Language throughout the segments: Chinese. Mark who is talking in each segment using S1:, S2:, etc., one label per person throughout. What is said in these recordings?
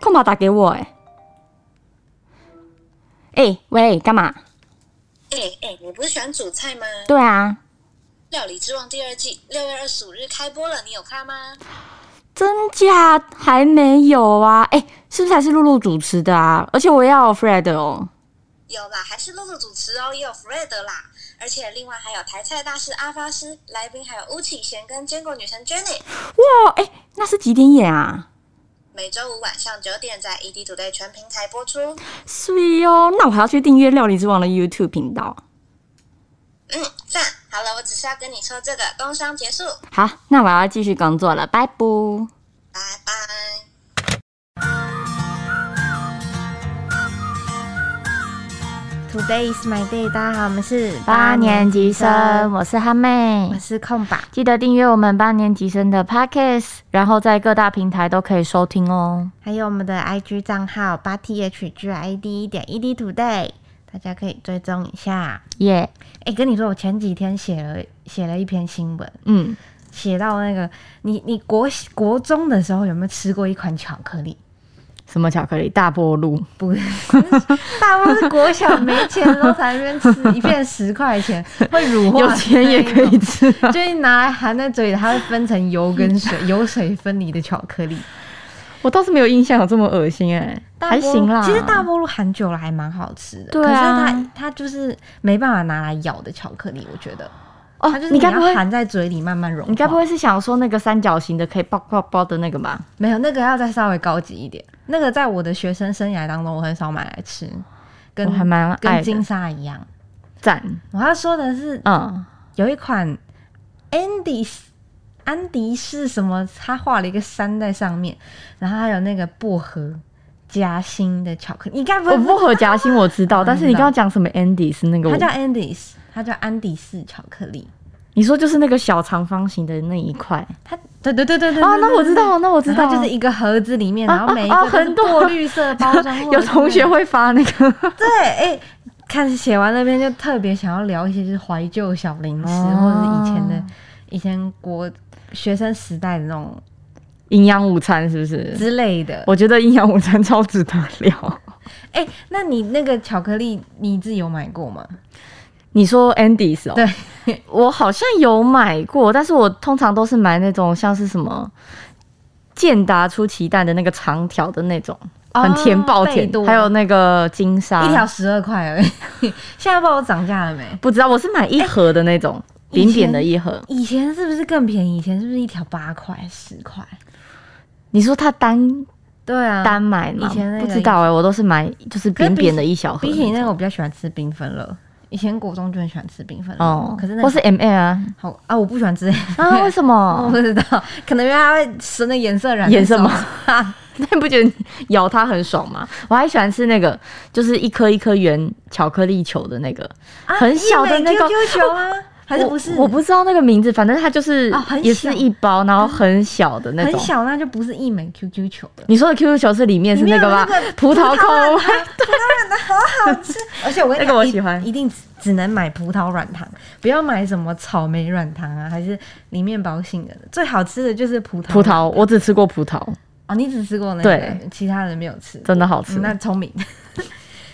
S1: 号码打给我、哎，哎、喂，干嘛？
S2: 哎哎，你不是喜欢煮菜吗？《
S1: 对啊，
S2: 料理之王》第二季六月二十五日开播了，你有看吗？
S1: 真假还没有啊？哎、是不是还是露露主持的啊？而且我要有 Fred 哦。
S2: 有啦，还是露露主持哦，也有 Fred 啦，而且另外还有台菜大师阿发师，来宾还有巫启贤跟坚果女神 Jenny。
S1: 哇，哎、那是几点演啊？
S2: 每周五晚上九点在 ED Today 全平台播出。
S1: 是哦，那我还要去订阅《料理之王》的 YouTube 频道。
S2: 嗯，赞。好了，我只是要跟你说这个，工商结束，
S1: 好，那我要继续工作了，拜拜。
S2: 拜拜。
S3: Today is my day，大家好，我们是
S1: 八年级生，我是哈妹
S3: 我。是空吧。
S1: 记得订阅我们八年级生的 Podcast，然后在各大平台都可以收听哦。
S3: 还有我们的 IG 账号八 t h g i d 点 e d today，大家可以追踪一下。
S1: 耶、
S3: 哎、跟你说，我前几天写了写了一篇新闻，
S1: 嗯，
S3: 写到那个你你国国中的时候有没有吃过一款巧克力？
S1: 什么巧克力？大波露？
S3: 不是， 大部分是国小没钱的时候才在那边吃，一片十 块钱，会乳化，
S1: 有钱也可以。吃啊。
S3: 就是拿来含在嘴里，它会分成油跟 水，油水分离的巧克力。
S1: 我倒是没有印象有这么恶心哎、
S3: 大
S1: 还
S3: 波
S1: 行啦。
S3: 其实大波露含久了还蛮好吃的，
S1: 对啊
S3: 可是它它就是没办法拿来咬的巧克力，我觉得。
S1: 哦
S3: 它就是
S1: 你该不
S3: 要
S1: 会
S3: 含在嘴里慢慢融化？
S1: 你该不会是想说那个三角形的可以爆爆爆的那个吧？
S3: 没有那个要再稍微高级一点？那个在我的学生生涯当中，我很少买来吃，跟
S1: 我还蛮爱
S3: 跟
S1: 的
S3: 金沙一样。
S1: 赞，
S3: 我要说的是，
S1: 嗯，
S3: 有一款 Andy's 安迪是什么？他画了一个山在上面，然后还有那个薄荷夹心的巧克力，你该不会
S1: 我不和夹心我知道，
S3: 我知道
S1: 但是你刚刚讲什么 Andy 是那个我
S3: 它叫 Andy's，它叫安迪士巧克力。
S1: 你说就是那个小长方形的那一块
S3: 它对对对对对
S1: 哦，那我知道，那我
S3: 我
S1: 知道，
S3: 就是一个盒子里面，
S1: 啊
S3: 然后每一
S1: 啊啊
S3: 个都是
S1: 很多。
S3: 墨绿色包装
S1: 有同学
S3: 或者
S1: 会发那个，
S3: 是对哎。看写完那边就特别想要聊一些就是怀旧小零食，或者是以前的
S1: 哦
S3: 以前国学生时代的那种
S1: 营养午餐是不是？
S3: 之类的。
S1: 我觉得营养午餐超值得聊。
S3: 哎、那你那个巧克力你自己有买过吗？
S1: 你说 Andy's 哦？
S3: 对，
S1: 我好像有买过，但是我通常都是买那种像是什么健达出奇蛋的那个长条的那种，
S3: 哦
S1: 很甜爆甜
S3: 贝，多
S1: 还有那个金沙
S3: 一条十二块而已。现在不知道涨价了没？
S1: 不知道，我是买一盒的那种，
S3: 以
S1: 扁
S3: 前
S1: 扁的一盒。
S3: 以前是不是更便宜？以前是不是一条八块、十块？
S1: 你说它单
S3: 对啊，
S1: 单买吗？
S3: 以前那个
S1: 不知道哎、我都是买就是扁扁的一小盒
S3: 比起那
S1: 种
S3: 个，我比较喜欢吃缤纷乐。以前国中就很喜欢吃缤纷乐，
S1: 哦，
S3: 可是那
S1: 或是 M L 啊
S3: 好啊，我不喜欢吃
S1: 啊？为什
S3: 我
S1: 么
S3: 不？知道，可能因为它会使那颜色染啊
S1: 颜色
S3: 手
S1: 吗？ 那你不觉得咬它很爽吗？我还喜欢吃那个，就是一颗一颗圆巧克力球的那个，
S3: 啊
S1: 很小的那个
S3: 一美 QQ 球啊，还是不是？
S1: 我？我不知道那个名字，反正它就是、
S3: 哦很
S1: 也
S3: 小
S1: 是一包，然后很小的那
S3: 很
S1: 种。
S3: 小，那就不是一美 QQ 球了。
S1: 你说的 QQ 球是里面是那个吧？
S3: 里面有那个
S1: 葡萄
S3: 葡萄啊
S1: 扣。
S3: 而且我跟你
S1: 那个
S3: 讲，
S1: 我
S3: 一
S1: 喜欢
S3: 一定只只能买葡萄软糖，不要买什么草莓软糖啊，还是里面包杏仁的。最好吃的就是葡萄
S1: 葡萄，我只吃过葡萄，
S3: 哦，你只吃过那个
S1: 对，
S3: 其他人没有吃过，
S1: 真的好吃。
S3: 嗯那聪明。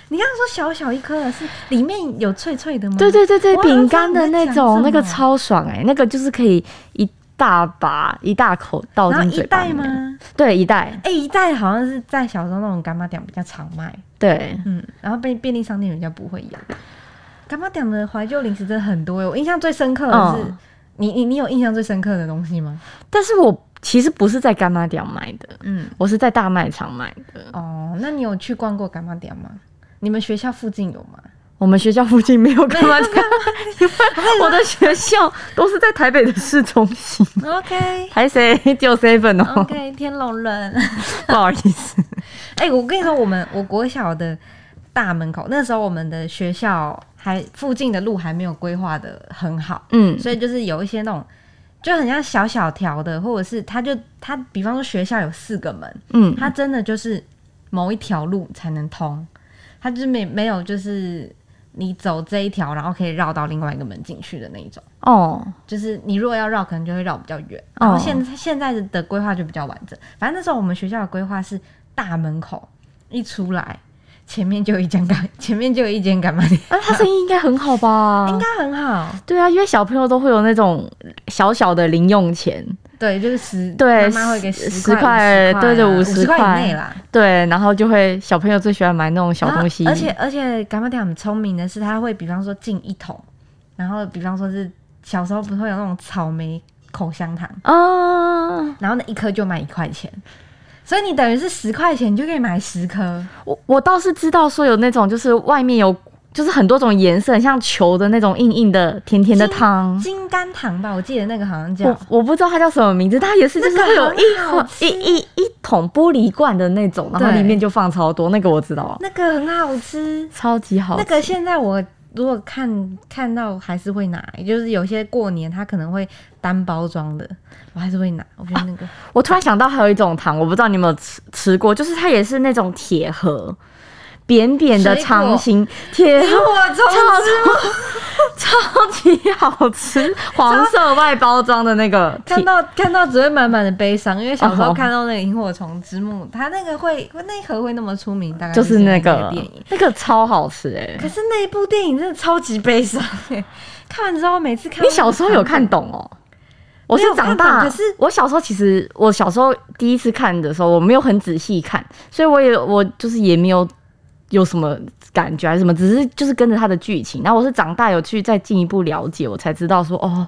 S3: 你刚刚说小小一颗的是里面有脆脆的吗？
S1: 对对对对，
S3: 我好像
S1: 饼干的
S3: 知道你在
S1: 那
S3: 讲
S1: 种，
S3: 什
S1: 那个
S3: 么
S1: 超爽哎、那个就是可以一大把一大口倒
S3: 然后
S1: 进
S3: 一
S1: 嘴巴
S3: 袋
S1: 里面。
S3: 吗？
S1: 对，一袋。
S3: 哎、一袋好像是在小时候那种干妈店比较常卖，
S1: 对，
S3: 嗯，然后便便利商店人家不会有。干妈店的怀旧零食真的很多欸耶，我印象最深刻的是，
S1: 嗯
S3: 你你你有印象最深刻的东西吗？
S1: 但是我其实不是在干妈店买的，
S3: 嗯，
S1: 我是在大卖场买的。
S3: 哦，那你有去逛过干妈店吗？你们学校附近有吗？
S1: 我们学校附近没有干妈店， 因为我的学校都是在台北的市中心。
S3: OK
S1: 台谁就 seven 哦
S3: OK，天龙人。
S1: 不好意思。
S3: 哎、我跟你说，我们我国小的大门口，那时候我们的学校还附近的路还没有规划的很好，
S1: 嗯，
S3: 所以就是有一些那种就很像小小条的，或者是它就它，比方说学校有四个门，
S1: 嗯，
S3: 它真的就是某一条路才能通，它就是没没有就是你走这一条，然后可以绕到另外一个门进去的那一种。
S1: 哦，
S3: 就是你如果要绕，可能就会绕比较远。
S1: 哦
S3: 然后现现在的规划就比较完整。反正那时候我们学校的规划是大门口一出来，前面就有一间干， 前面就有一间干妈店，
S1: 啊，他生意应该很好吧？
S3: 应该很好。
S1: 对啊，因为小朋友都会有那种小小的零用钱，
S3: 对，就是十，
S1: 对
S3: 妈妈会给
S1: 十
S3: 十
S1: 十块
S3: 块、
S1: 对对
S3: 五
S1: 50
S3: 块
S1: 块
S3: 以内啦。
S1: 对，然后就会小朋友最喜欢买那种小
S3: 然后
S1: 东西，
S3: 啊而且而且干妈店很聪明的是，他会比方说进一桶，然后比方说是小时候不是会有那种草莓口香糖，
S1: 啊，
S3: 然后那一颗就卖一块钱，所以你等于是十块钱你就可以买十颗。
S1: 我我倒是知道说有那种就是外面有就是很多种颜色，很像球的那种硬硬的甜甜的
S3: 金
S1: 汤。
S3: 金甘糖吧，我记得那个好像叫
S1: 我我不知道它叫什么名字，但它也是就是会有一
S3: 那个很好
S1: 盒
S3: 吃
S1: 一一一桶玻璃罐的那种，然后
S3: 对
S1: 里面就放超多，那个我知道，
S3: 那个很好吃，
S1: 超级好吃。
S3: 那个现在我如果看看到还是会拿，就是有些过年它可能会单包装的，我还是会拿。我觉 得那个、
S1: 我突然想到还有一种糖，我不知道你有没有吃吃过，就是它也是那种铁盒，扁扁的
S3: 水果
S1: 长形铁
S3: 萤
S1: 盒，
S3: 火虫
S1: 超超级好吃，黄色外包装的那个铁
S3: 看。到看到只会满满的悲伤，因为小时候
S1: 哦
S3: 看到那个萤火虫之墓，它那个会那一盒会那么出名，大概
S1: 就是那
S3: 那
S1: 个
S3: 电影。
S1: 那个超好吃哎、欸
S3: 可是那一部电影真的超级悲伤、欸， 看完之后每次看
S1: 你小时候有看懂 哦？我是
S3: 没有
S1: 长
S3: 看
S1: 大，
S3: 懂可是
S1: 我小时候其实我小时候第一次看的时候，我没有很仔细看，所以我也我就是也没有有什么感觉还是什么，只是就是跟着它的剧情。然后我是长大有去再进一步了解，我才知道说哦，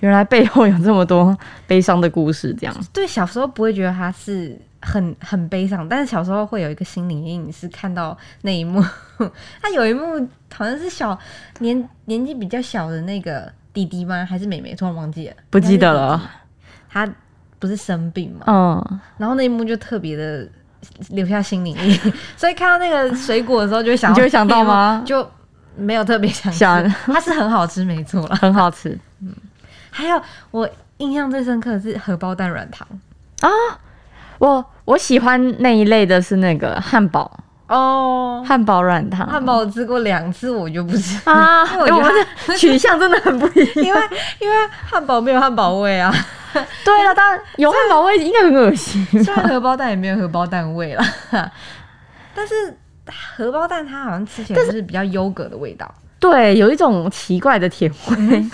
S1: 原来背后有这么多悲伤的故事。 这样
S3: 对，小时候不会觉得它是很很悲伤，但是小时候会有一个心理阴影，是看到那一幕。 他有一幕好像是小年年纪比较小的那个弟弟吗？还是妹妹？突然忘记了，
S1: 不记得
S3: 应该是
S1: 了
S3: 弟，弟。他不是生病嘛，
S1: 嗯，
S3: 然后那一幕就特别的留下心理阴影， 所以看到那个水果的时候就会想，哎
S1: 你就会 想到吗
S3: 就没有特别想吃
S1: 想
S3: 它是很好吃，没错 啦。
S1: 很好吃
S3: 还有我印象最深刻的是荷包蛋软糖。
S1: 啊！我我喜欢那一类的是那个汉堡，
S3: 哦
S1: 汉堡软糖，
S3: 汉堡我 吃过两次，我就不吃，
S1: 啊！
S3: 因为我觉得
S1: 们的取向真的很不一样。
S3: 因为 因为汉堡没有汉堡味啊，
S1: 对了，当然有汉堡味应该很恶心
S3: 虽然荷包蛋也没有荷包蛋味啦，但是荷包蛋它好像吃起来就是比较优格的味道。
S1: 对，有一种奇怪的甜味。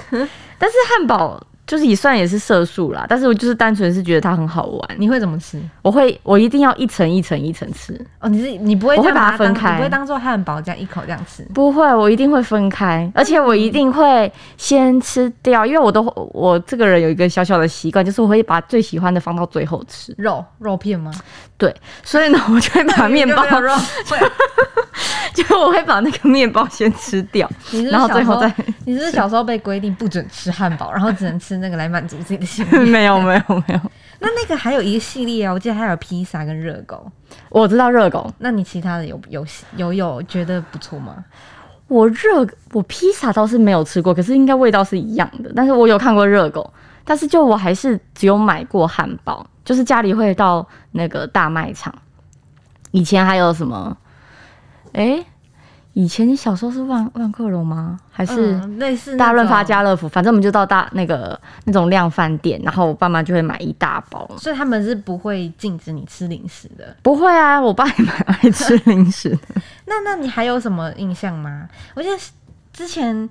S1: 但是汉堡就是也算也是色素啦，但是我就是单纯是觉得它很好玩。
S3: 你会怎么吃？
S1: 我会我一定要一层一层一层吃，
S3: 哦，你是你不会
S1: 我会
S3: 这样
S1: 把它
S3: 当
S1: 分开
S3: 你不会当做汉堡这样一口这样吃。
S1: 不会，我一定会分开，而且我一定会先吃掉，因为我都我这个人有一个小小的习惯，就是我会把最喜欢的放到最后吃。
S3: 肉肉片吗？
S1: 对，所以呢，我就会把 面 包，
S3: 有肉片。
S1: 就我会把那个面包先吃掉，
S3: 你是不是
S1: 然后
S3: 小
S1: 最
S3: 时
S1: 后
S3: 候
S1: 再。
S3: 你是不是小时候被规定不准吃汉堡，然后只能吃那个来满足自己的心 愿？
S1: 没有没有没有，
S3: 那那个还有一个系列啊，我记得还有披萨跟热狗。
S1: 我知道热狗，
S3: 那你其他的有有有有觉得不错吗？
S1: 我热我披萨倒是没有吃过，可是应该味道是一样的。但是我有看过热狗，但是就我还是只有买过汉堡，就是家里会到那个大卖场。以前还有什么？诶，以前你小时候是万万客隆吗？还是？
S3: 嗯、类似那
S1: 大润发、
S3: 种，
S1: 家乐福，反正我们就到大那个那种量贩店，然后我爸妈就会买一大 包。
S3: 所以他们是不会禁止你吃零食的。
S1: 不会啊，我爸也蛮爱吃零食的。
S3: 那那你还有什么印象吗？我记得之前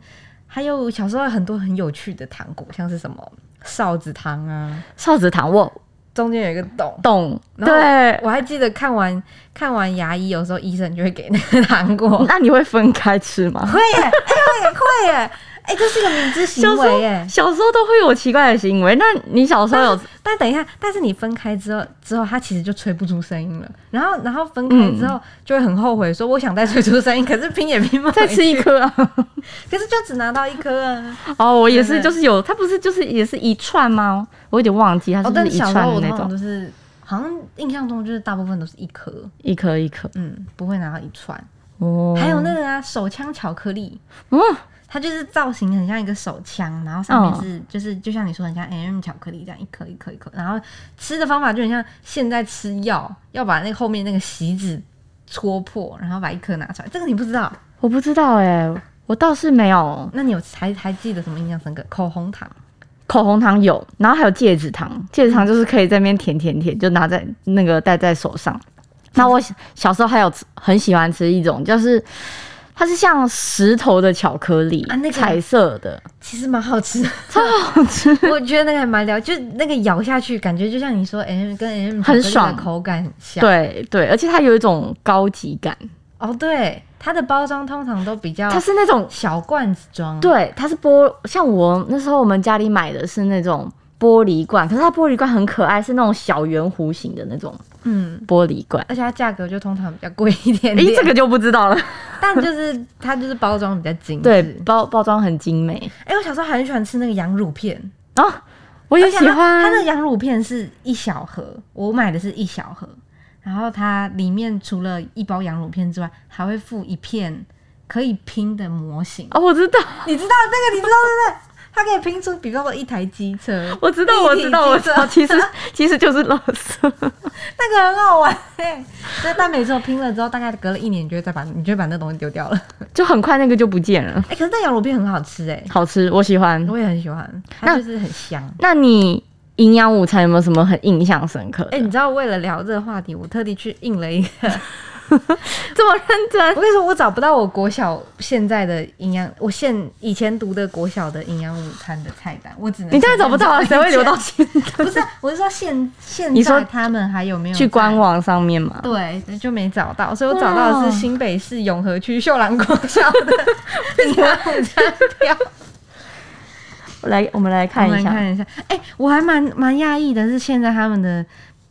S3: 还有小时候有很多很有趣的糖果，像是什么哨子糖啊，
S1: 少子糖我
S3: 中间有一个洞。
S1: 懂，
S3: 然后
S1: 对，
S3: 我还记得看完看完牙医，有时候医生就会给那个 糖果。
S1: 那你会分开吃吗？
S3: 会耶，哎、会耶，会耶，哎、这是个明智行
S1: 小时
S3: 为
S1: 候
S3: 耶。啊
S1: 小时候都会有奇怪的行为，那你小时候有
S3: 但等一下，但是你分开之后，之后它其实就吹不出声音了。然后，然后分
S1: 嗯
S3: 开之后就会很后悔，说我想再吹出声音，可是拼也拼不
S1: 再
S3: 回
S1: 吃一颗啊？
S3: 可是就只拿到一颗啊。
S1: 哦，我也
S3: 对
S1: 是，
S3: 对
S1: 就是有，它不是就是也是一串吗？我有点忘记，它是
S3: 哦，
S1: 不
S3: 但
S1: 是
S3: 是
S1: 一
S3: 小
S1: 串
S3: 时候
S1: 的
S3: 我
S1: 那
S3: 通常
S1: 种，
S3: 都是，好像印象中就是大部分都是一颗，
S1: 一颗一颗。
S3: 嗯，不会拿到一串。
S1: 哦，
S3: 还有那个啊，手枪巧克力，
S1: 嗯，
S3: 它就是造型很像一个手枪，然后上面
S1: 嗯
S3: 是、就是就像你说很像 M 巧克力这样一颗一颗一颗，然后吃的方法就很像现在吃药，要把那个后面那个锡纸戳破，然后把一颗拿出来。这个你不知道？
S1: 我不知道哎、我倒是没有。
S3: 那你有还还记得什么印象深刻？口红糖，
S1: 口红糖有，
S3: 嗯
S1: 然后还有戒指糖，戒指糖就是可以在那边舔舔舔，就拿在那个戴在手上。那我小小时候还有吃很喜欢吃一种，就是它是像石头的巧克力，
S3: 啊那个
S1: 彩色的，
S3: 其实蛮好吃的，
S1: 超好吃。
S3: 我觉得那个还蛮疗，就那个咬下去，感觉就像你说 M 跟 M
S1: 很爽
S3: 的口感很像。
S1: 对对，而且它有一种高级感，
S3: 哦，对，它的包装通常都比较
S1: 它是那种
S3: 小罐子装，，
S1: 对，它是玻，像我那时候我们家里买的是那种玻璃罐，可是它玻璃罐很可爱，是那种小圆弧形的那种
S3: 嗯，
S1: 玻璃罐。
S3: 而且它价格就通常比较贵一点
S1: 诶、哎
S3: 点，
S1: 这个就不知道了。
S3: 但就是它就是包装比较精致。
S1: 对，包包装很精美
S3: 哎、我小时候很喜欢吃那个羊乳片，
S1: 啊，我也
S3: 而且
S1: 喜
S3: 它
S1: 欢。
S3: 它的羊乳片是一小盒，我买的是一小盒，然后它里面除了一包羊乳片之外，还会附一片可以拼的模型。
S1: 哦，我知道，
S3: 你知道那个？你知道对不对？它可以拼出，比方说一台机车，
S1: 我知道，我知道，
S3: 立体
S1: 我知
S3: 机车
S1: 道。其实其实就是垃圾。
S3: 那个很好玩、 欸。那但每次我拼了之后，大概隔了一年，你就会再把你就会把那东西丢掉了。
S1: 就很快那个就不见了，
S3: 哎、可是那羊乳片很好吃哎、
S1: 好吃，我喜欢。
S3: 我也很喜欢，它
S1: 那
S3: 就是很香。
S1: 那你营养午餐有没有什么很印象深刻的？
S3: 哎、你知道为了聊这个话题，我特地去印了一个。
S1: 这么认真
S3: 我跟你说，我找不到我国小现在的营养，我现以前读的国小的营养午餐的菜单，我只能
S1: 你当然找不到啊，谁会留 到现在？
S3: 不是，我是说现现
S1: 你说
S3: 在他们还有没有
S1: 去官
S3: 在
S1: 网上面吗？
S3: 对，就没找到，所以我找到的是新北市永和区秀朗国小 的营养午餐 表。
S1: 我来，我们来看
S3: 我
S1: 一
S3: 们
S1: 下。
S3: 啊看一下，哎、我还蛮蛮讶异的，是现在他们的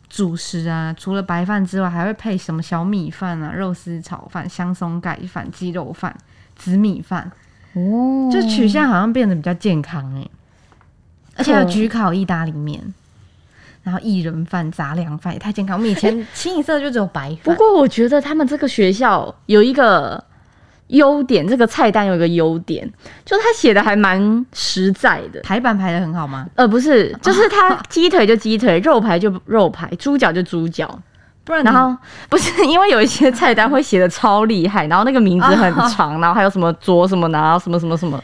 S3: 主食啊，除了白饭之外，还会配什么小米饭啊、肉丝炒饭、香松盖饭、鸡肉饭、紫米饭，
S1: 哦
S3: 就取向好像变得比较健康哎、而且还有
S1: 对
S3: 焗烤意大利面。然后薏仁饭、杂粮饭也太健康。我们以前清一色就只有白
S1: 不
S3: 饭，
S1: 过我觉得他们这个学校有一个优点，这个菜单有一个优点，就是他写的还蛮实在的。
S3: 排版排的很好吗？
S1: 呃，不是，就是 他鸡腿就鸡腿，肉排就肉排，猪脚就猪脚。
S3: 不然你
S1: 然后不是因为有一些菜单会写的超厉害，然后那个名字很 长，然后还有什么桌什么，然后什么什么什么，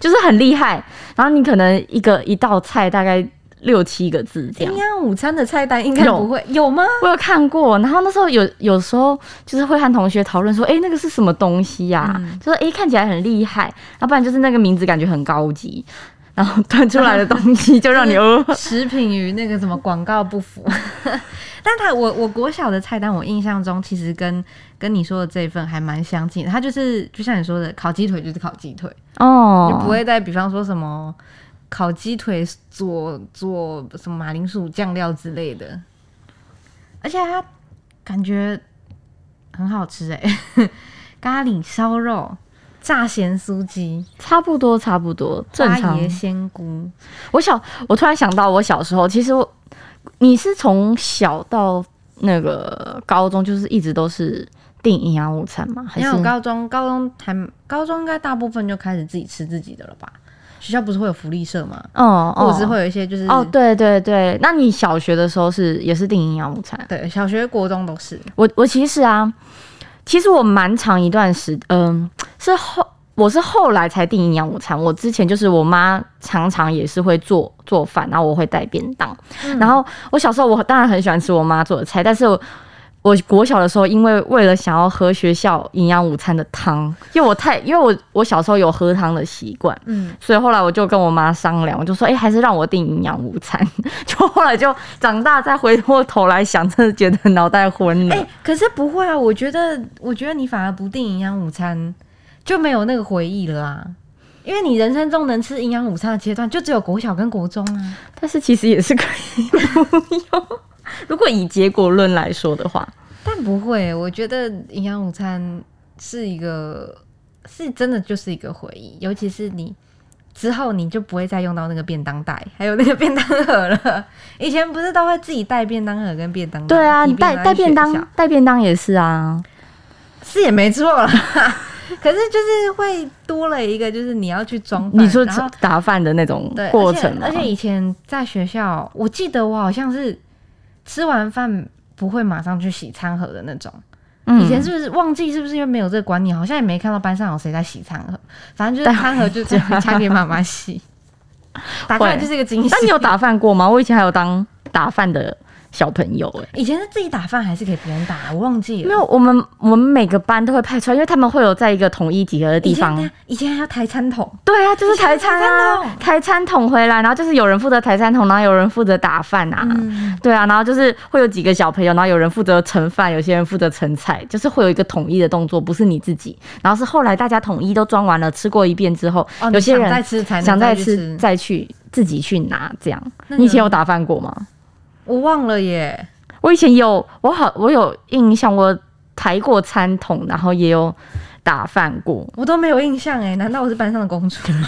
S1: 就是很厉害。然后你可能一个一道菜大概六七个字这样
S3: 营。养午餐的菜单应该
S1: 有
S3: 不会有吗？
S1: 我有看过，然后那时候有有时候就是会和同学讨论说，哎、那个是什么东西呀、
S3: 嗯
S1: 就是哎、诶看起来很厉害，要不然就是那个名字感觉很高级，然后端出来的东西就 让你哦，
S3: 食品与那个什么广告不符， 但它我我国小的菜单，我印象中其实跟跟你说的这一份还蛮相近的。它就是就像你说的，烤鸡腿就是烤鸡腿，就不
S1: 哦，
S3: 会再比方说什么烤鸡腿佐佐什么马铃薯酱料之类的。而且它感觉很好吃哎、 咖喱烧肉、炸咸酥鸡、
S1: 差不多差不多，正
S3: 花
S1: 常
S3: 椰。仙菇，
S1: 我小，我突然想到我小时候，其实我你是从小到那个高中，就是一直都是订营养午餐吗？还
S3: 因
S1: 是
S3: 为我高中高中还高中应该大部分就开始自己吃自己的了吧？学校不是会有福利社吗？
S1: 哦
S3: 或
S1: 哦
S3: 者是会有一些就是
S1: 哦，对对对，那你小学的时候是也是订营养午餐？
S3: 对小学国中都是
S1: 我我其实啊，其实我蛮长一段时，嗯、是后我是后来才订营养午餐。我之前就是我妈常常也是会做做饭，然后我会带便当。然后我小时候我当然很喜欢吃我妈做的菜，但是我。我国小的时候，因为为了想要喝学校营养午餐的汤，因为我太因为我我小时候有喝汤的习惯，
S3: 嗯
S1: 所以后来我就跟我妈商量，我就说，哎、还是让我订营养午餐。 就后来就长大再回过头来想，真的觉得脑袋昏了。
S3: 哎、可是不会啊，我觉得我觉得你反而不订营养午餐就没有那个回忆了啊。因为你人生中能吃营养午餐的阶段，就只有国小跟国中啊。
S1: 但是其实也是可以不用。如果以结果论来说的话，
S3: 但不会，我觉得营养午餐是一个，是真的就是一个回忆，尤其是你之后你就不会再用到那个便当袋，还有那个便当盒了。以前不是都会自己带便当盒跟嗯便当袋？
S1: 对啊，
S3: 提
S1: 你带
S3: 去
S1: 带便
S3: 学
S1: 当
S3: 校，
S1: 带便当也是啊。
S3: 是也没错啦。可是就是会多了一个，就是你要去装饭，
S1: 你说
S3: 然后
S1: 打饭的那种
S3: 对
S1: 过程啊吗
S3: 而且。而且以前在学校，我记得我好像是吃完饭不会马上去洗餐盒的那种。
S1: 嗯
S3: 以前是不是忘记是不是因为没有这个观念，好像也没看到班上有谁在洗餐盒，反正就是餐盒就在家给妈妈 洗，打开来就是一个惊喜。
S1: 但你有打饭过吗？我以前还有当打饭的小朋友、哎，
S3: 以前是自己打饭还是给别人打？我忘记了。
S1: 没有，我们我们每个班都会派出来，因为他们会有在一个统一集合的地
S3: 以前
S1: 方
S3: 还。以前还要抬餐桶，
S1: 对啊，就是抬餐
S3: 以前
S1: 啊
S3: 是，
S1: 抬餐桶回来，然后就是有人负责抬餐桶，然后有人负责打饭啊。
S3: 嗯，
S1: 对啊，然后就是会有几个小朋友，然后有人负责盛饭，有些人负责盛菜，就是会有一个统一的动作，不是你自己。然后是后来大家统一都装完了，吃过一遍之后，
S3: 哦你
S1: 有些
S3: 想
S1: 人
S3: 再吃才能
S1: 想
S3: 再
S1: 再
S3: 去
S1: 吃
S3: 吃
S1: 再去自己去拿这样。
S3: 那
S1: 你以
S3: 你
S1: 前
S3: 有
S1: 有打饭过吗？
S3: 我忘了耶。
S1: 我以前有，我好，我有印象，我抬过餐桶，然后也有打饭过。
S3: 我都没有印象哎，难道我是班上的公主 吗？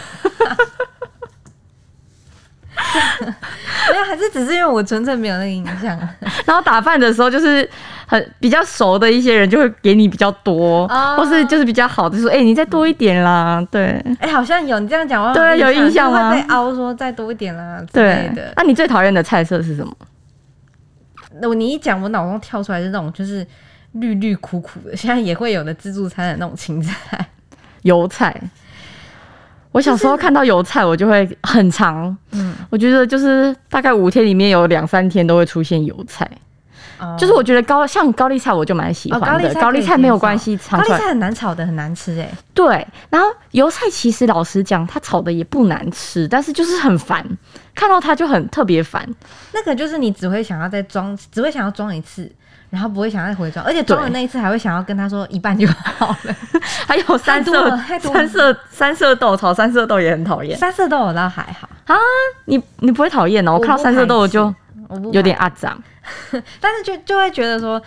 S3: 没有，还是只是因为我纯粹没有那个印象
S1: 然后打饭的时候，就是很比较熟的一些人就会给你比较多，
S3: 哦
S1: 或是就是比较好的说，哎、你再多一点啦，对。
S3: 哎、好像啊有你这样讲，我好像
S1: 对有印象
S3: 就
S1: 吗
S3: 会被凹说再多一点啦之
S1: 对啊
S3: 类的。
S1: 那、你最讨厌的菜色是什么？
S3: 我你一讲，我脑中跳出来是那种就是绿绿苦苦的，现在也会有的自助餐的那种青菜。
S1: 油菜。我小时候看到油菜，我就会很长。
S3: 嗯，
S1: 我觉得就是大概五天里面有两三天都会出现油菜，
S3: 哦
S1: 就是我觉得高像高丽菜我就蛮喜
S3: 哦
S1: 欢
S3: 高丽
S1: 的，
S3: 菜
S1: 高丽
S3: 可以
S1: 菜没有
S3: 接受
S1: 关系，尝
S3: 高丽
S1: 出来
S3: 菜很难炒的，很难吃哎。
S1: 对。然后油菜其实老实讲，它炒的也不难吃，但是就是很烦，看到它就很特别烦。
S3: 那个就是你只会想要再装，只会想要装一次，然后不会想要再回装，而且装了
S1: 对
S3: 那一次还会想要跟他说一半就好了。
S1: 还有三
S3: 太多
S1: 色
S3: 了太多了
S1: 三色三色豆炒三色豆也很讨厌，
S3: 三色豆我倒还好，
S1: 你你不会讨厌哦？我
S3: 不
S1: 看到三色豆我就
S3: 我不
S1: 有点阿脏。
S3: 买，但是就就会觉得说。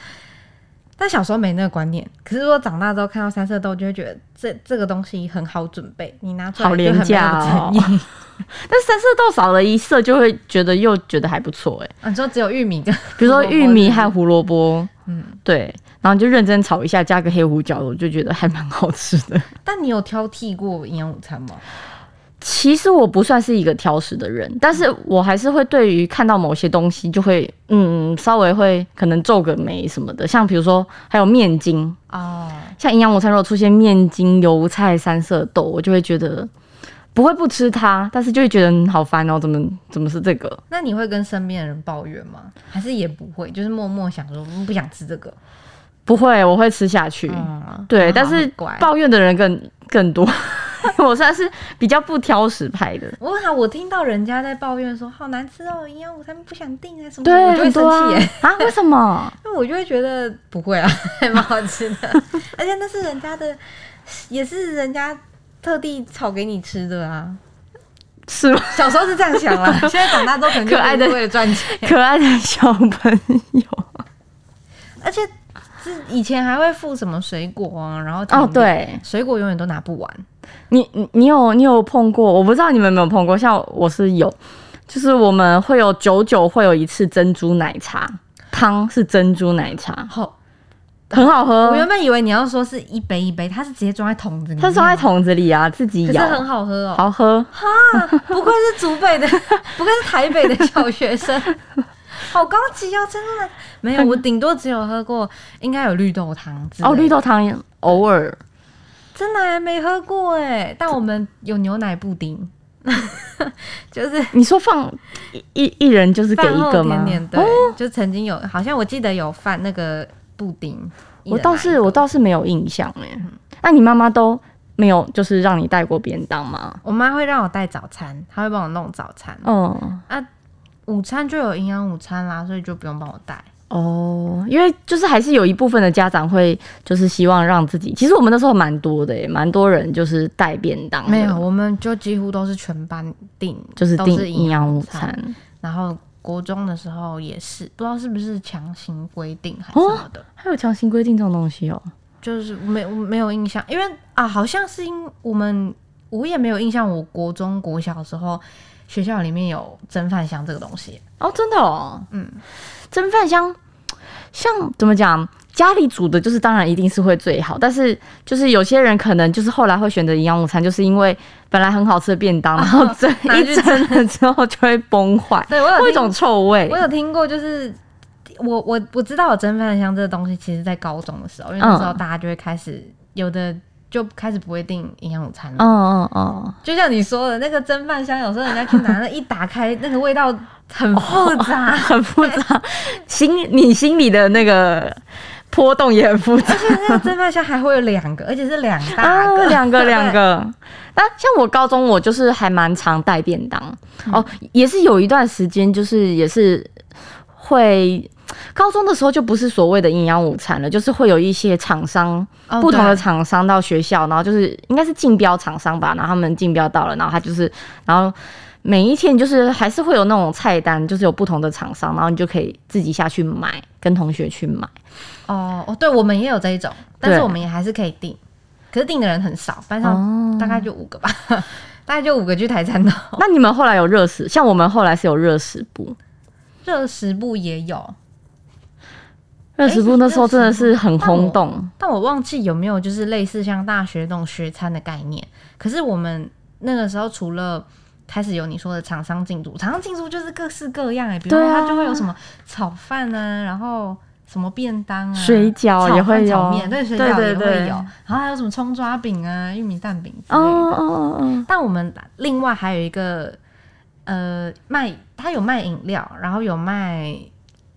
S3: 但小时候没那个观念，可是如果长大之后看到三色豆，就会觉得这这个东西很好准备，你拿出来
S1: 好
S3: 就很
S1: 廉价哦
S3: 没有诚意。
S1: 但三色豆少了一色，就会觉得又觉得还不错哎、
S3: 啊你说只有玉米跟
S1: 比如说玉米和
S3: 胡
S1: 胡萝卜，
S3: 萝卜是不是嗯，
S1: 对，然后你就认真炒一下，加个黑胡椒，我就觉得还蛮好吃的。
S3: 但你有挑剔过营养午餐吗？
S1: 其实我不算是一个挑食的人，但是我还是会对于看到某些东西就会嗯稍微会可能皱个眉什么的，像比如说还有面筋，
S3: 哦，
S1: 像营养午餐如果出现面筋、油菜、三色豆，我就会觉得不会不吃它，但是就会觉得嗯好烦哦，怎么怎么是这个？
S3: 那你会跟身边的人抱怨吗？还是也不会，就是默默想说嗯不想吃这个？
S1: 不会，我会吃下去。
S3: 嗯，
S1: 对，
S3: 很
S1: 但
S3: 好
S1: 是
S3: 很乖
S1: 抱怨的人更更多。 我算是比较不挑食派的，
S3: 我好，我听到人家在抱怨说好难吃哦，营养午餐不想订啊什么的，
S1: 对，
S3: 我就会
S1: 很多
S3: 生气
S1: 啊
S3: 耶，
S1: 啊，为什么？
S3: 因为我就会觉得不会啊，还蛮好吃的， 而且那是人家的，也是人家特地炒给你吃的啊。
S1: 是吗？
S3: 小时候是这样想啦，现在长大之后可能就
S1: 可爱的
S3: 不是为了赚钱，
S1: 可爱的小朋友
S3: 而且是以前还会附什么水果啊，然后
S1: 哦，
S3: 甜点，
S1: 对
S3: 水果永远都拿不完。
S1: 你，你你有你有碰过？我不知道你们有没有碰过，像我是有，就是我们会有久久会有一次珍珠奶茶汤是珍珠奶茶，
S3: 好，
S1: 很好喝
S3: 我，原本以为你要说是一杯一杯，它是直接装在桶子里面，
S1: 它是装在，桶子里啊，自己
S3: 可是
S1: 咬，
S3: 很好喝哦。
S1: 好喝。
S3: 啊，不愧是竹北的， 不愧是台北的小 学生，好高级哦，真的。没有，我顶多只有喝过，应该有绿豆汤之类的
S1: 哦，绿豆汤也偶尔
S3: 真的还没喝过哎，但我们有牛奶布丁， 就是
S1: 你说放一一一人就是给
S3: 饭
S1: 一
S3: 后
S1: 个
S3: 甜
S1: 吗？哦
S3: 点，对，就曾经有，好像我记得有饭那个布丁，一
S1: 我
S3: 人
S1: 倒
S3: 拿一
S1: 是
S3: 个嗯
S1: 我倒是没有印象哎、那你妈妈都没有就是让你带过便当吗？
S3: 我妈会让我带早餐，她会帮我弄早餐，
S1: 嗯，
S3: 午餐就有营养午餐啦，所以就不用帮我带。
S1: 哦，因为就是还是有一部分的家长会就是希望让自己，其实我们那时候蛮多的耶，欸蛮多人就是带便当的，
S3: 没有，我们就几乎都是全班订，
S1: 哦就是
S3: 都
S1: 订营养午
S3: 餐。
S1: 餐。
S3: 然后国中的时候也是，不知道是不是强行规定还是
S1: 哦
S3: 什么的，
S1: 还有强行规定这种东西哦，
S3: 就是没我没有印象，因为啊，好像是因我们我也没有印象，我国中国小的时候学校里面有蒸饭箱这个东西，
S1: 哦，真的哦，
S3: 嗯，
S1: 蒸饭箱，像怎么讲？家里煮的，就是当然一定是会最好，但是就是有些人可能就是后来会选择营养午餐，就是因为本来很好吃的便
S3: 哦
S1: 当，然后蒸、
S3: 拿去
S1: 一蒸了之后就会崩 坏，
S3: 对我有
S1: 会有一
S3: 听
S1: 种臭味
S3: 我。有听过，就是我我我知道有蒸饭箱这个东西，其实在高中的时候，因为那时候
S1: 嗯
S3: 大家就会开始、有的就开始不会订营养午餐了。
S1: 嗯嗯嗯，
S3: 就像你说的，那个蒸饭箱，有时候人家去拿了，一打开那个味道很复杂，
S1: 很复 杂，心你心里的那个波动也很复杂
S3: 而。且那个蒸饭箱还会有两个，而且是两大
S1: 啊，
S3: 个，
S1: 两 个
S3: 对
S1: 两个。那像我高中，我就是还蛮常带便当、哦，也是有一段时间，就是也是会。高中的时候就不是所谓的营养午餐了，就是会有一些厂商、
S3: 哦
S1: 不同的
S3: 对
S1: 厂商到学校，然后就是应该是竞标厂商吧，然后他们竞标到了，然后他就是，然后每一天就是还是会有那种菜单，就是有不同的厂商，然后你就可以自己下去买，跟同学去买。
S3: 哦哦，对，我们也有这一种，但是
S1: 对
S3: 我们也还是可以订，可是订的人很少，班上
S1: 哦
S3: 大概就五个吧， 大概就五个去台餐的。
S1: 那你们后来有热食？像我们后来是有热食部，
S3: 热食部也有，
S1: 热
S3: 哎
S1: 食部那时候真的是很轰动，
S3: 但我忘记有没有就是类似像大学那种学餐的概念。可是我们那个时候除了开始有你说的厂商进驻，厂商进驻就是各式各样哎、比如说
S1: 对啊
S3: 它就会有什么炒饭啊，然后什么便当啊，
S1: 水饺
S3: 炒
S1: 也会
S3: 饭
S1: 有
S3: 炒面对，水饺
S1: 对
S3: 也
S1: 对
S3: 会有，
S1: 对
S3: 然后还有什么葱抓饼啊、玉米蛋饼之类
S1: 哦
S3: 的。
S1: 哦哦，
S3: 但我们另外还有一个，呃，卖他有卖饮料，然后有卖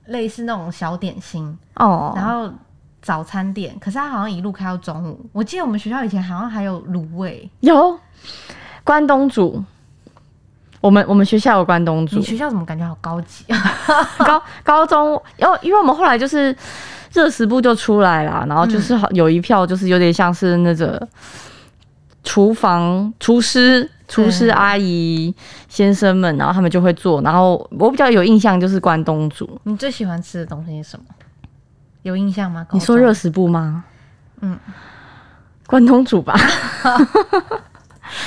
S3: 类似那种小点心，
S1: 哦哦，
S3: 然后早餐店。可是他好像一路开到中午。我记得我们学校以前好像还有卤味，
S1: 有关东煮，我们我们学校有关东煮
S3: 你，学校怎么感觉好高级？
S1: 高高中，因为因为我们后来就是热食部就出来啦，然后就是
S3: 嗯
S1: 好有一票就是有点像是那个厨房厨师。厨师
S3: 对
S1: 阿姨先生们，然后他们就会做。然后我比较有印象就是关东煮。
S3: 你最喜欢吃的东西是什么？有印象吗？
S1: 你说
S3: 高中
S1: 热食部吗？
S3: 嗯，
S1: 关东煮吧。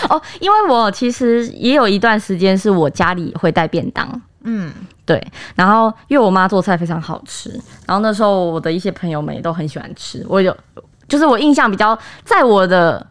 S1: 哦，因为我其实也有一段时间是我家里会带便当，
S3: 嗯，
S1: 对，然后因为我妈做菜非常好吃，然后那时候我的一些朋友们也都很喜欢吃，我有就是我印象比较在我的。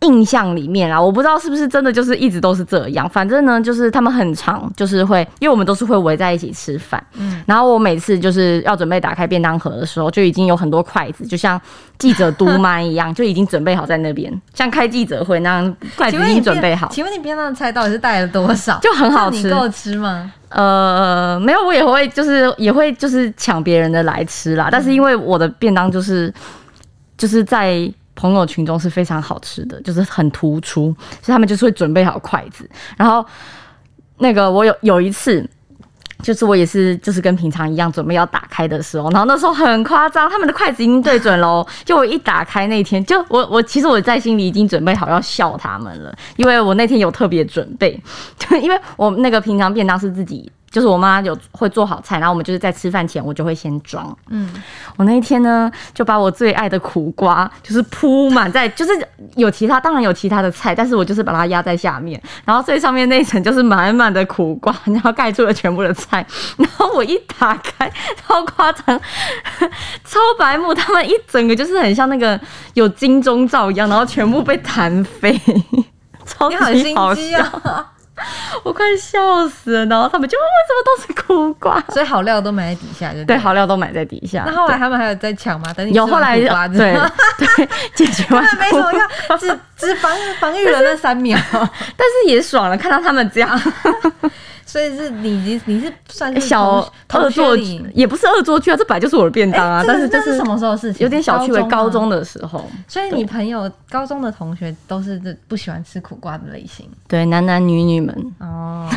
S1: 印象里面啦，我不知道是不是真的就是一直都是这样。反正呢，就是他们很常就是会，因为我们都是会围在一起吃饭，嗯，然后我每次就是要准备打开便当盒的时候，就已经有很多筷子，就像记者督麦一样，就已经准备好在那边，像开记者会那样，筷子
S3: 请
S1: 已
S3: 问你
S1: 经
S3: 便
S1: 准备好，
S3: 请问你便当的菜到底是带了多少？
S1: 就很好
S3: 这样
S1: 吃
S3: 你够吃 吗？
S1: 呃，没有，我也会就是也会就是抢别人的来吃啦，但是因为我的便当就是就是在。朋友群中是非常好吃的，就是很突出，所以他们就是会准备好筷子。然后那个我有有一次，就是我也是就是跟平常一样准备要打开的时候，然后那时候很夸张，他们的筷子已经对准喽。 就我一打开那天，就我我其实我在心里已经准备好要笑他们了，因为我那天有特别准备， 就因为我那个平常便当是自己。就是我妈有会做好菜，然后我们就是在吃饭前，我就会先装。
S3: 嗯，
S1: 我那一天呢，就把我最爱的苦瓜，就是铺满在，就是有其他，当然有其他的菜，但是我就是把它压在下面，然后最上面那一层就是满满的苦瓜，然后盖住了全部的菜。然后我一打开，超夸张， 超白目，他们一整个就是很像那个有金钟罩一样，然后全部被弹飞，超
S3: 你好
S1: 级
S3: 心
S1: 好
S3: 机
S1: 笑，
S3: 啊！
S1: 我快笑死了。然后他们就哦为什么都是苦瓜？
S3: 所以好料都埋在底下，就
S1: 对，
S3: 了
S1: 好料都买在底下。
S3: 那后来他们还有在抢吗？等你
S1: 有
S3: 吃
S1: 后
S3: 完
S1: 来
S3: 苦瓜之
S1: 对
S3: 后
S1: 对 解决完
S3: 根本没
S1: 苦
S3: 什么用，只只防防御了那三秒，
S1: 但是也爽了，看到他们这样
S3: 所以是你已经你是算是
S1: 小
S3: 同
S1: 恶作
S3: 同学里
S1: 剧，也不是恶作剧啊，这本来就是我的便当啊，
S3: 哎诶这
S1: 但
S3: 个
S1: 是就
S3: 那是什么时候的啊事情？
S1: 有点小趣味。高
S3: 吗
S1: 中的时候，
S3: 所以你朋友高中的同学都是这不喜欢吃苦瓜的类型
S1: 对男男女女们，
S3: 哦。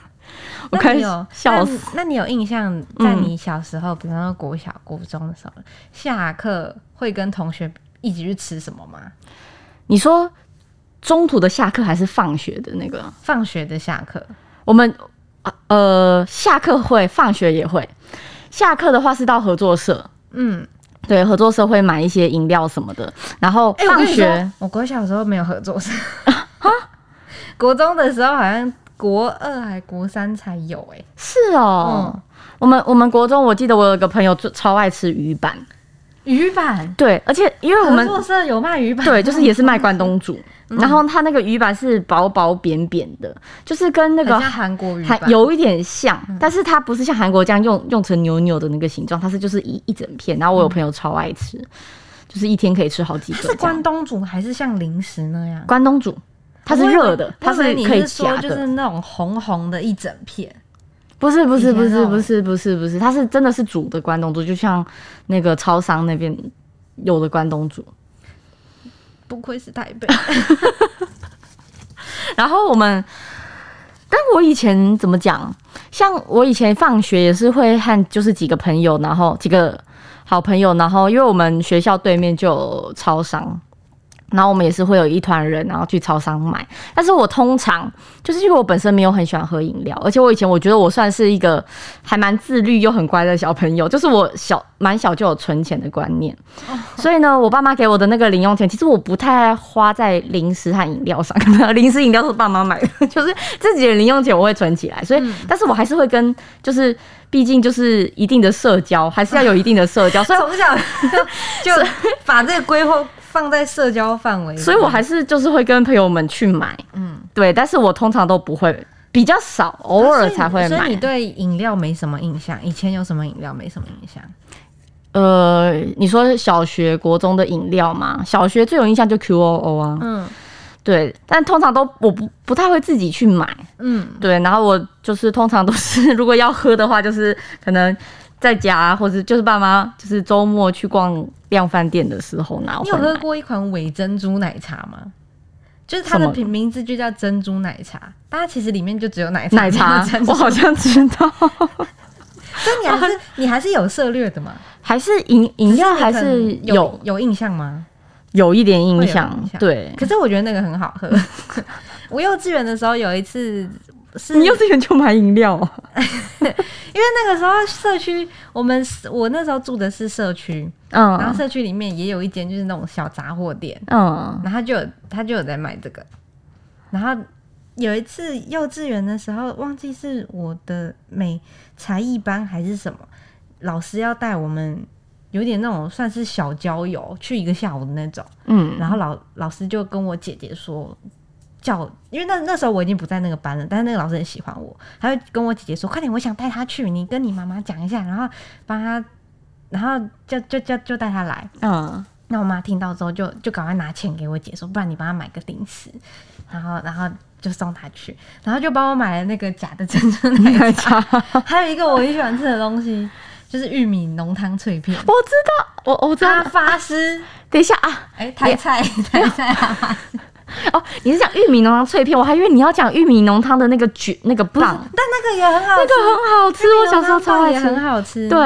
S1: 我
S3: 那
S1: 快
S3: 你有
S1: 笑死。
S3: 那。那你有印象，在
S1: 嗯
S3: 你小时候，比方说国小、国中的时候，下课会跟同学一起去吃什么吗？
S1: 你说中途的下课还是放学的那个？
S3: 放学的下课，
S1: 我们呃下课会，放学也会。下课的话是到合作社，
S3: 嗯，
S1: 对合作社会买一些饮料什么的，然后
S3: 哎，
S1: 放学、
S3: 我跟你说我国小的时候没有合 作社，国中的时候好像国二还国三才有哎、
S1: 是哦。
S3: 嗯
S1: 我们我们国中，我记得我有个朋友最超爱吃鱼板，
S3: 鱼板，
S1: 对，而且因为我
S3: 合
S1: 们
S3: 作社有卖鱼板，
S1: 对，就是也是卖关东 煮，
S3: 嗯
S1: 然后它那个鱼板是薄薄扁扁的，就是跟那
S3: 很
S1: 个
S3: 像韩国鱼
S1: 还
S3: 板，嗯
S1: 有一点像，但是它不是像韩国这样用用成牛牛的那个形状，它是就是一一整片。然后我有朋友超爱吃，就是一天可以吃好几个
S3: 它
S1: 这
S3: 是
S1: 样。
S3: 关东煮还是像零食那样？
S1: 关东煮，它是热的，它
S3: 我以为
S1: 可
S3: 你
S1: 以
S3: 是说
S1: 夹
S3: 就是
S1: 的。
S3: 那种红红的一整片，
S1: 不是不是
S3: 以前
S1: 不
S3: 那
S1: 是
S3: 种
S1: 不是不是不是，它是真的是煮的关东煮，就像那个超商那边有的关东煮。
S3: 不愧是台北，
S1: 然后我们，但我以前怎么讲？像我以前放学也是会和就是几个朋友，然后几个好朋友，然后因为我们学校对面就有超商，然后我们也是会有一团人，然后去超商买。但是我通常就是因为我本身没有很喜欢喝饮料，而且我以前我觉得我算是一个还蛮自律又很乖的小朋友，就是我小蛮小就有存钱的观念，所以呢，我爸妈给我的那个零用钱，其实我不太花在零食和饮料上，零食饮料都是爸妈买的， 就是自己的零用钱我会存起来，所以、但是我还是会跟就是。毕竟就是一定的社交，还是要有一定的社交，所以
S3: 从 小就把这个规划放在社交范围里，
S1: 所以我还是就是会跟朋友们去买，
S3: 嗯
S1: 对，但是我通常都不会，比较少，偶尔才会
S3: 所以你所以
S1: 买
S3: 你。对饮料没什么印象，以前有什么饮料没什么印象？
S1: 呃，你说小学、国中的饮料嘛，小学最有印象就 QOO 啊，
S3: 嗯
S1: 对，但通常都我不不太会自己去买，
S3: 嗯，
S1: 对，然后我就是通常都是如果要喝的话，就是可能在家、或者就是爸妈就是周末去逛量饭店的时候拿。
S3: 你有喝？过一款伪珍珠奶茶吗？就是它
S1: 什
S3: 的
S1: 么
S3: 品名字就叫珍珠奶茶，但它其实里面就只有奶茶，
S1: 奶茶
S3: 没有珍，珠
S1: 我好像知道，
S3: 所以你还是你还是有涉略的嘛？
S1: 还是饮饮料还
S3: 只
S1: 是
S3: 你可能有有印象吗？
S1: 有一点
S3: 会
S1: 印
S3: 有
S1: 象
S3: 印，象
S1: 对。
S3: 可是我觉得那个很好喝。 我幼稚园的时候有一次是，
S1: 你幼稚园就买饮料、哦？
S3: 因为那个时候社区，我们我那时候住的是社区，然
S1: 嗯
S3: 后社区里面也有一间就是那种小杂货店，
S1: 嗯，
S3: 然后他就有他就有在卖这个。然后有一次幼稚园的时候，忘记是我的美才艺班还是什么，老师要带我们有点那种算是小郊游，去一个下午的那种。
S1: 嗯，
S3: 然后老老师就跟我姐姐说，叫，因为那那时候我已经不在那个班了，但是那个老师很喜欢我，他就跟我姐姐说，快点，我想带她去，你跟你妈妈讲一下，然后帮她，然后就就就就带她来。
S1: 嗯，
S3: 那我妈听到之后就就赶快拿钱给我姐说，不然你帮她买个零食，然后然后就送她去，然后就帮我买了那个假的珍珠奶
S1: 奶
S3: 茶，
S1: 茶，我
S3: 还有一个我很喜欢吃的东西就是玉米浓汤 脆片，
S1: 知道，我我知
S3: 阿
S1: 道。
S3: 发丝，
S1: 啊等一下啊，
S3: 哎、台菜台菜啊阿发丝。
S1: 哦，你是讲玉米浓汤脆片，我还以为你要讲玉米浓汤的那个卷那个棒，
S3: 但那个也很好
S1: 那
S3: 吃，
S1: 个很好吃，我小时候超爱
S3: 也很
S1: 吃。
S3: 好吃。
S1: 对，，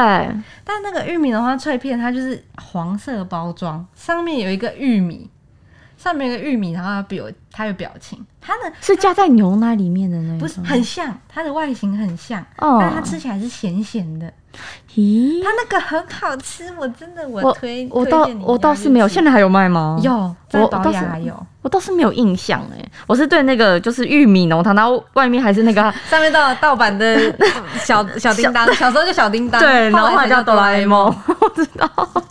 S3: 但那个玉米的话，脆片它就是黄色包装，上面有一个玉米，上面有一个玉米，然后它表它有表情，它的
S1: 是加在牛奶里面的那种。
S3: 不是很像，它的外形很像，
S1: 哦
S3: 但它吃起来是咸咸的，
S1: 咦
S3: 它，那个很好吃，我真的我
S1: 我
S3: 推
S1: 我
S3: 推
S1: 倒
S3: 荐你
S1: 我倒
S3: 要去
S1: 是没有，
S3: 吃
S1: 现在还有卖吗？，
S3: 有在
S1: 我
S3: 保
S1: 倒
S3: 雅
S1: 是
S3: 还有，
S1: 我倒是没有印象哎，我是对那个就是玉米浓汤，然后外面还是那 个
S3: 上面到盗版的 小小叮当，小时候就小叮当，
S1: 对，然后后
S3: 后
S1: 来叫哆啦 A 梦，我知道，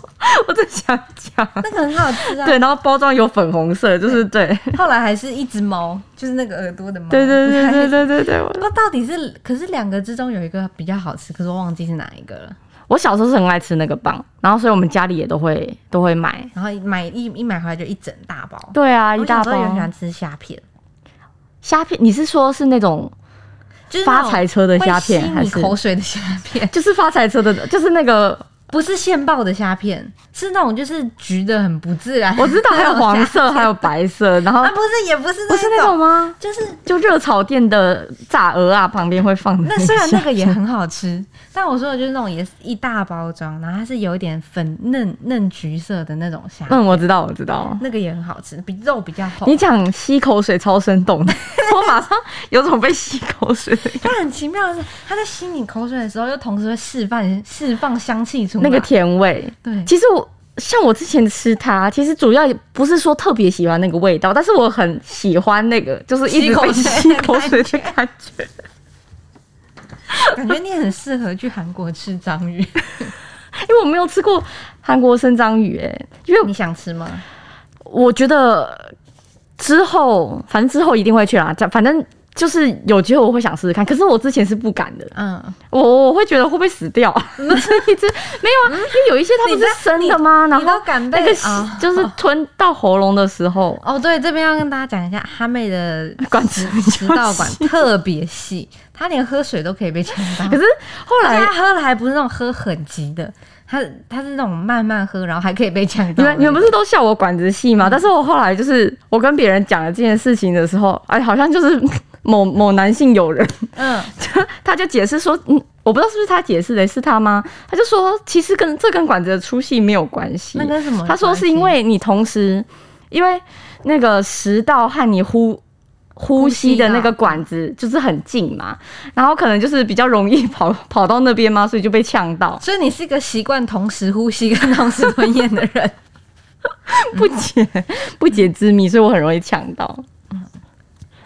S1: 我真想讲。
S3: 那个很好吃啊，
S1: 对，然后包装有粉红色，就是对，
S3: 后来还是一只猫，就是那个耳朵的猫。
S1: 对对对对
S3: 对。
S1: 对对对。我
S3: 不 过到底是，可是两个之中有一个比较好吃，可是我忘记是哪一个了。
S1: 我小时候是很爱吃那个棒，然后所以我们家里也都会都会买。
S3: 然后买一一买回来就一整大包，
S1: 对啊，一
S3: 我
S1: 大
S3: 小时候也很喜
S1: 包
S3: 欢吃虾片，
S1: 虾片，你是说是那种
S3: 就是那
S1: 发
S3: 种
S1: 财车的虾
S3: 会
S1: 片，
S3: 吸
S1: 还
S3: 你
S1: 是
S3: 口水的虾片，
S1: 就是发财车的，就是那个
S3: 不是现爆的虾片，是那种就是橘的很不自然。
S1: 我知 道还有黄
S3: 那种
S1: 色，还有白色，然后
S3: 虾啊，不是也不是
S1: 不是那种吗？
S3: 就是
S1: 就热炒店的炸鹅啊，旁边会放的
S3: 那虽然
S1: 虾
S3: 那个也很好吃，但我说的就是那种也是一大包装，然后它是有一点粉嫩嫩橘色的那种虾
S1: 嗯，我知道，我知道。
S3: 那个也很好吃，比肉比较厚。
S1: 你讲吸口水超生 动的，我马上有种被吸口水的感觉
S3: 但很奇妙的是，它在吸你口水的时候，又同时会释放释放香气出来。
S1: 那个甜味。
S3: 对，
S1: 其实我像我之前吃它，其实主要也不是说特别喜欢那个味道，但是我很喜欢那个就是一直被 吸
S3: 吸
S1: 口
S3: 口
S1: 水
S3: 水
S1: 的感觉。
S3: 感觉你很适合去韩国吃章鱼。
S1: 因为我没有吃过韩国生章鱼、哎，因为
S3: 你想吃吗？
S1: 我觉得之后反正之后一定会去啦，反正就是有机会我会想试试看，可是我之前是不敢的，
S3: 嗯，
S1: 我我会觉得会不会死 掉 啊？所以这没有啊，因为有一些它不是生的吗？然
S3: 你都
S1: 后
S3: 敢
S1: 那
S3: 被
S1: 个
S3: 啊
S1: 就是吞到喉咙的时候，
S3: 哦，对，这边要跟大家讲一下，哈妹的
S1: 管子比较
S3: 食道管特别细，她连喝水都可以被呛到。
S1: 可是后
S3: 而且
S1: 来
S3: 她喝了还不是那种喝很急的，她她是那种慢慢喝，然后还可以被呛到
S1: 你
S3: 的。
S1: 们你们不是都笑我管子细
S3: 嗯
S1: 吗？但是我后来就是我跟别人讲了这件事情的时候，哎，好像就是某某男性友人，
S3: 嗯，
S1: 他就解释说，嗯，我不知道是不是他解释的，是他吗？他就说，其实跟这跟管子的粗细没有关系，
S3: 那跟什么？
S1: 他说是因为你同时，因为那个食道和你呼呼吸的那个管子就是很近嘛，然后可能就是比较容易跑跑到那边嘛，所以就被呛到。
S3: 所以你是一个习惯同时呼吸跟同时吞咽的人。
S1: 不解不解之谜，所以我很容易呛到。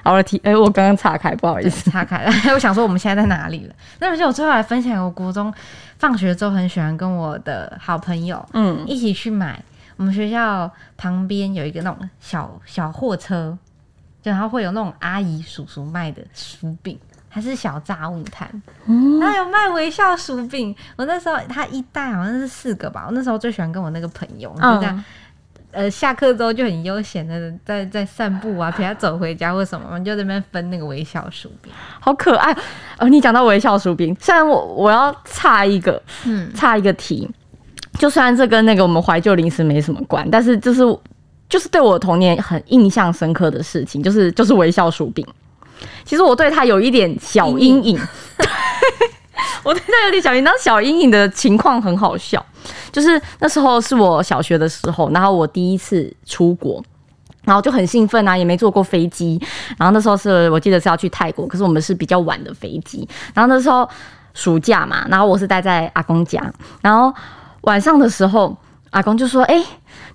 S1: 好了，题哎、我刚刚岔开，不好意思。
S3: 岔开了。我想说我们现在在哪里了？那而且我最后来分享，我国中放学之后很喜欢跟我的好朋友
S1: 嗯，
S3: 一起去买。我们学校旁边有一个那种小小货车，然后会有那种阿姨叔叔卖的薯饼，还是小炸物摊，然后有卖微笑薯饼。我那时候他一袋好像是四个吧，我那时候最喜欢跟我那个朋友，我们就这样。呃，下课之后就很悠闲的在在散步啊，陪他走回家或什么，我们就在那边分那个微笑薯饼。
S1: 好可爱哦！你讲到微笑薯饼，虽然我我要岔一个
S3: 嗯，
S1: 岔一个题，就虽然这跟那个我们怀旧零食没什么关，但是就是就是对我童年很印象深刻的事情，就是就是微笑薯饼。其实我对它有一点小阴影， 我对它有点小阴影。那小阴影的情况很好笑，就是那时候是我小学的时候，然后我第一次出国。然后就很兴奋啊，也没坐过飞机。然后那时候是我记得是要去泰国，可是我们是比较晚的飞机。然后那时候暑假嘛，然后我是待在阿公家，然后晚上的时候，阿公就说：“哎、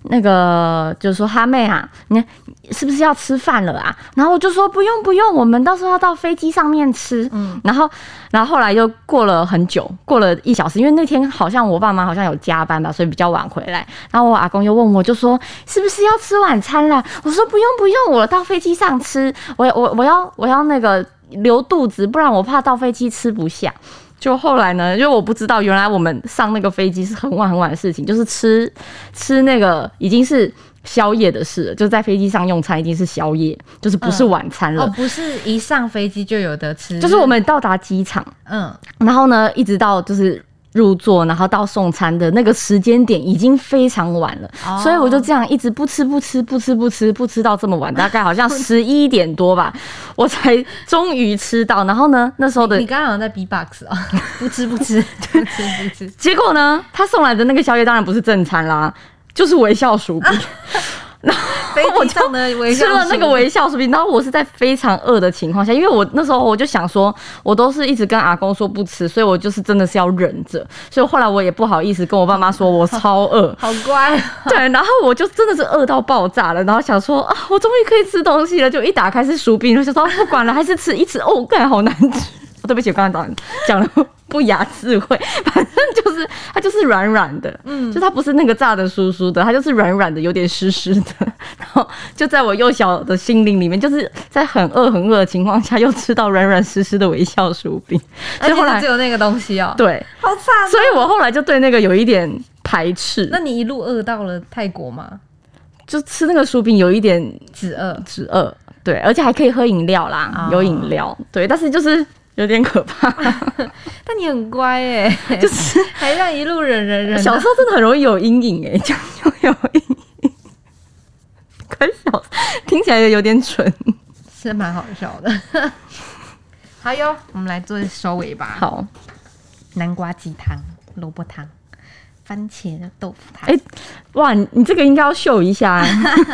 S1: 那个就说哈妹啊，你是不是要吃饭了啊？”然后我就说：“不用不用，我们到时候要到飞机上面吃。”嗯，然后然后后来又过了很久，过了一小时，因为那天好像我爸妈好像有加班吧，所以比较晚回来。然后我阿公又问我，就说：“是不是要吃晚餐了？”我说：“不用不用，我到飞机上吃，我我我要我要那个留肚子，不然我怕到飞机吃不下。”就后来呢，因为我不知道，原来我们上那个飞机是很晚很晚的事情，就是吃吃那个已经是宵夜的事了，就在飞机上用餐已经是宵夜，就是不是晚餐了。
S3: 哦，不是一上飞机就有的吃，
S1: 就是我们到达机场，
S3: 嗯，
S1: 然后呢，一直到就是入座，然后到送餐的那个时间点已经非常晚了，
S3: 哦
S1: 所以我就这样一直不吃不吃不吃不吃不吃到这么晚，大概好 像十一点多吧，我才终于吃到。然后呢，那时候的
S3: 你刚刚有在 B box 哦， 不吃不 吃不吃不吃，
S1: 结果呢，他送来的那个宵夜当然不是正餐啦，就是微笑薯饼。
S3: 飞机上 的 微笑
S1: 吃了那个
S3: 薯，
S1: 微笑薯饼，然后我是在非常饿的情况下，因为我那时候我就想说，我都是一直跟阿公说不吃，所以我就是真的是要忍着，所以后来我也不好意思跟我爸妈说我超饿
S3: 好 乖哦，
S1: 对，然后我就真的是饿到爆炸了，然后想说啊，我终于可以吃东西了，就一打开是薯饼，就想说啊不管了，还是吃一吃，哦，干好难吃。哦对不起，我刚刚讲讲了不雅智慧，反正就是它就是软软的，嗯，就它不是那个炸的酥酥的，它就是软软的，有点湿湿的。然后就在我幼小的心灵里面，就是在很饿很饿的情况下，又吃到软软湿湿的微笑薯饼，所以后
S3: 而且
S1: 来
S3: 只有那个东西哦，，
S1: 对，
S3: 好惨哦。
S1: 所以我后来就对那个有一点排斥，
S3: 那你一路饿到了泰国吗？
S1: 就吃那个薯饼有一点
S3: 止饿，
S1: 止饿，对，而且还可以喝饮料啦，
S3: 哦
S1: 有饮料，对，但是就是有点可 怕，
S3: 但你很乖哎，啊
S1: 就是
S3: 还让一路忍忍忍
S1: 小
S3: 到。
S1: 时候真的很容易有阴影哎、这样 就有阴影。可是小听起来也有点蠢。
S3: 是蛮好笑的。 好哟，我们来做收尾吧。，
S1: 好，
S3: 南瓜鸡汤、萝卜汤、番茄豆腐汤。
S1: 哎哇，你你这个应该要秀一下，啊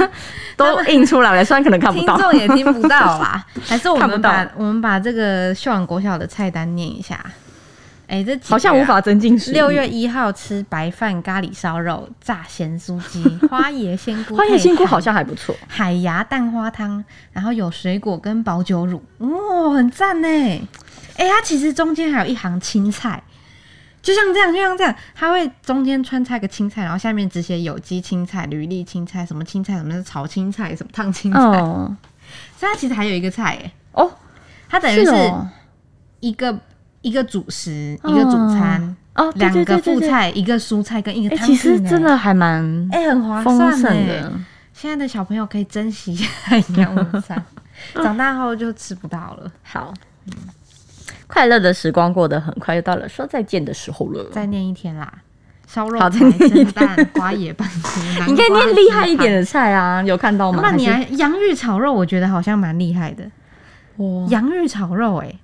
S1: 都印出来了，虽然可能看不
S3: 听
S1: 到。
S3: 众也听不到啦， 还是我
S1: 看
S3: 们
S1: 不到
S3: 把我们把这个秀朗国小的菜单念一下。哎、这几个啊
S1: 好像无法增进食欲
S3: 六月一号吃白饭咖喱烧肉、炸咸酥鸡、 花椰仙菇、
S1: 花椰仙菇好像还不错，
S3: 海牙蛋花汤，然后有水果跟保酒乳，哦，很赞呢。哎、它其实中间还有一行青菜，就像这样，就像这样，它会中间穿插个青菜，然后下面只写有机青菜、履历青菜、什么青菜、什么炒青菜、什么烫青菜，哦
S1: 嗯，
S3: 所以它其实还有一个菜耶，
S1: 哦，
S3: 它等于是
S1: 哦
S3: 一个一个主食，一个主餐，
S1: 哦，对
S3: 两
S1: 对
S3: 个
S1: 对对
S3: 副
S1: 对，
S3: 菜，一个蔬菜跟一个
S1: 哎、
S3: 汤
S1: 其
S3: 品。
S1: 实真的还蛮
S3: 欸哎，很划
S1: 丰
S3: 算
S1: 盛
S3: 哎
S1: 的。
S3: 现在的小朋友可以珍惜一下营养午 餐，长大后就吃不到了。
S1: 好，快乐的时光过得很快，又到了说再见的时候了。
S3: 再念一天啦，烧肉
S1: 好
S3: 排、
S1: 再念一
S3: 蒸
S1: 天
S3: 蛋、花野半菇，南
S1: 你可以
S3: 瓜
S1: 念厉害
S3: 鸡
S1: 一点
S3: 排。
S1: 的菜啊，有看到吗？
S3: 那你
S1: 还
S3: 还洋芋炒肉，我觉得好像蛮厉害的。
S1: 哇
S3: 洋芋炒肉、欸，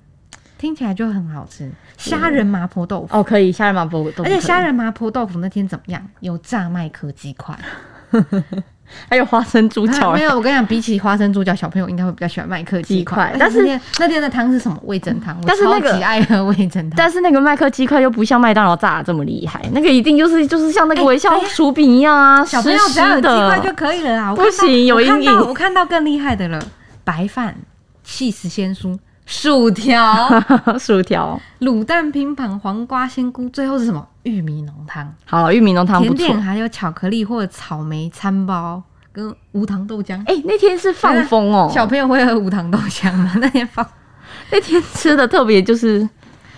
S3: 听起来就很好吃。虾仁麻婆豆腐，
S1: 哦，可以虾仁麻婆豆腐
S3: 而
S1: 可以，
S3: 且虾仁麻婆豆腐那天怎么样？有炸麦壳鸡块，
S1: 还有花生猪脚
S3: 啊 没有。我跟你讲，比起花生猪脚，小朋友应该会比较喜欢麦壳鸡块。哎
S1: 鸡块但是
S3: 而且那天那天的汤是什么？味噌汤，我
S1: 但是那个
S3: 超级爱喝味噌汤。
S1: 但是那个麦克鸡块又不像麦当劳炸的这么厉害，那个一定就是就是像那个微笑薯饼一样啊，
S3: 哎小
S1: 湿
S3: 朋友只要有
S1: 湿
S3: 鸡块就
S1: 的。
S3: 可以了啦。我
S1: 不
S3: 看到
S1: 行有
S3: 我看
S1: 阴
S3: 到
S1: 影
S3: 我看到更厉害的了，白饭、气死鲜蔬、薯 条、
S1: 薯条，
S3: 卤蛋拼盘、黄瓜鲜菇，最后是什么？玉米浓汤。
S1: 好，玉米浓汤不
S3: 甜
S1: 错。
S3: 点还有巧克力或者草莓餐包跟无糖豆浆。
S1: 哎、那天是放风哦、
S3: 小朋友会喝无糖豆浆吗？ 那天放。
S1: 那天吃的特别就是，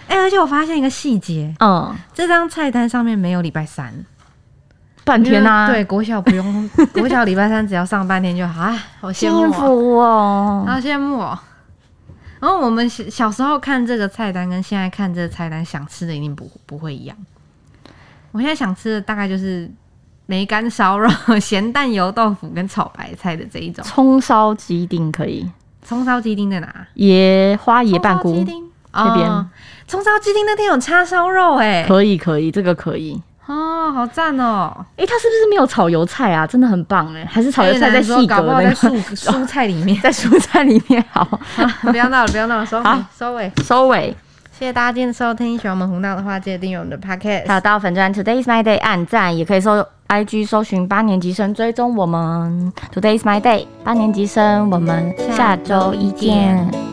S3: 哎、而且我发现一个细节，
S1: 嗯，
S3: 这张菜单上面没有礼拜三。
S1: 半天啊，
S3: 因为对，国小不 用，国小礼拜三只要上半天就好。哎，好羡慕、
S1: 幸
S3: 哦，
S1: 福哦、
S3: 好羡慕哦。然后我们小小时候看这个菜单，跟现在看这个菜单想吃的一定不不会一样。我现在想吃的大概就是梅干烧肉、咸蛋油豆腐跟炒白菜的这一种。
S1: 葱烧鸡丁可以，
S3: 葱烧鸡丁在哪？
S1: 椰花椰半
S3: 葱
S1: 菇
S3: 烧哦鸡丁
S1: 那边
S3: 哦葱烧鸡丁那天有叉烧肉哎、
S1: 可以可以，这个可以。
S3: 哦，好赞哦！
S1: 哎、它是不是没有炒油菜啊？真的很棒哎、还是炒油菜在
S3: 在
S1: 细
S3: 搞
S1: 格
S3: 不好
S1: 的
S3: 在
S1: 那
S3: 蔬
S1: 个
S3: 蔬菜里面。
S1: 在蔬菜里 面好。
S3: 不要闹了，不要闹了，收尾
S1: 好
S3: 收尾。
S1: 收尾，
S3: 谢谢大家今天收听，喜欢我们红道的话，记得订阅我们的 podcast。
S1: 好，到粉专 Today is my day 按赞，也可以搜 IG 搜寻八年级生追踪我们 Today is my day 八年级生，我们下周一见。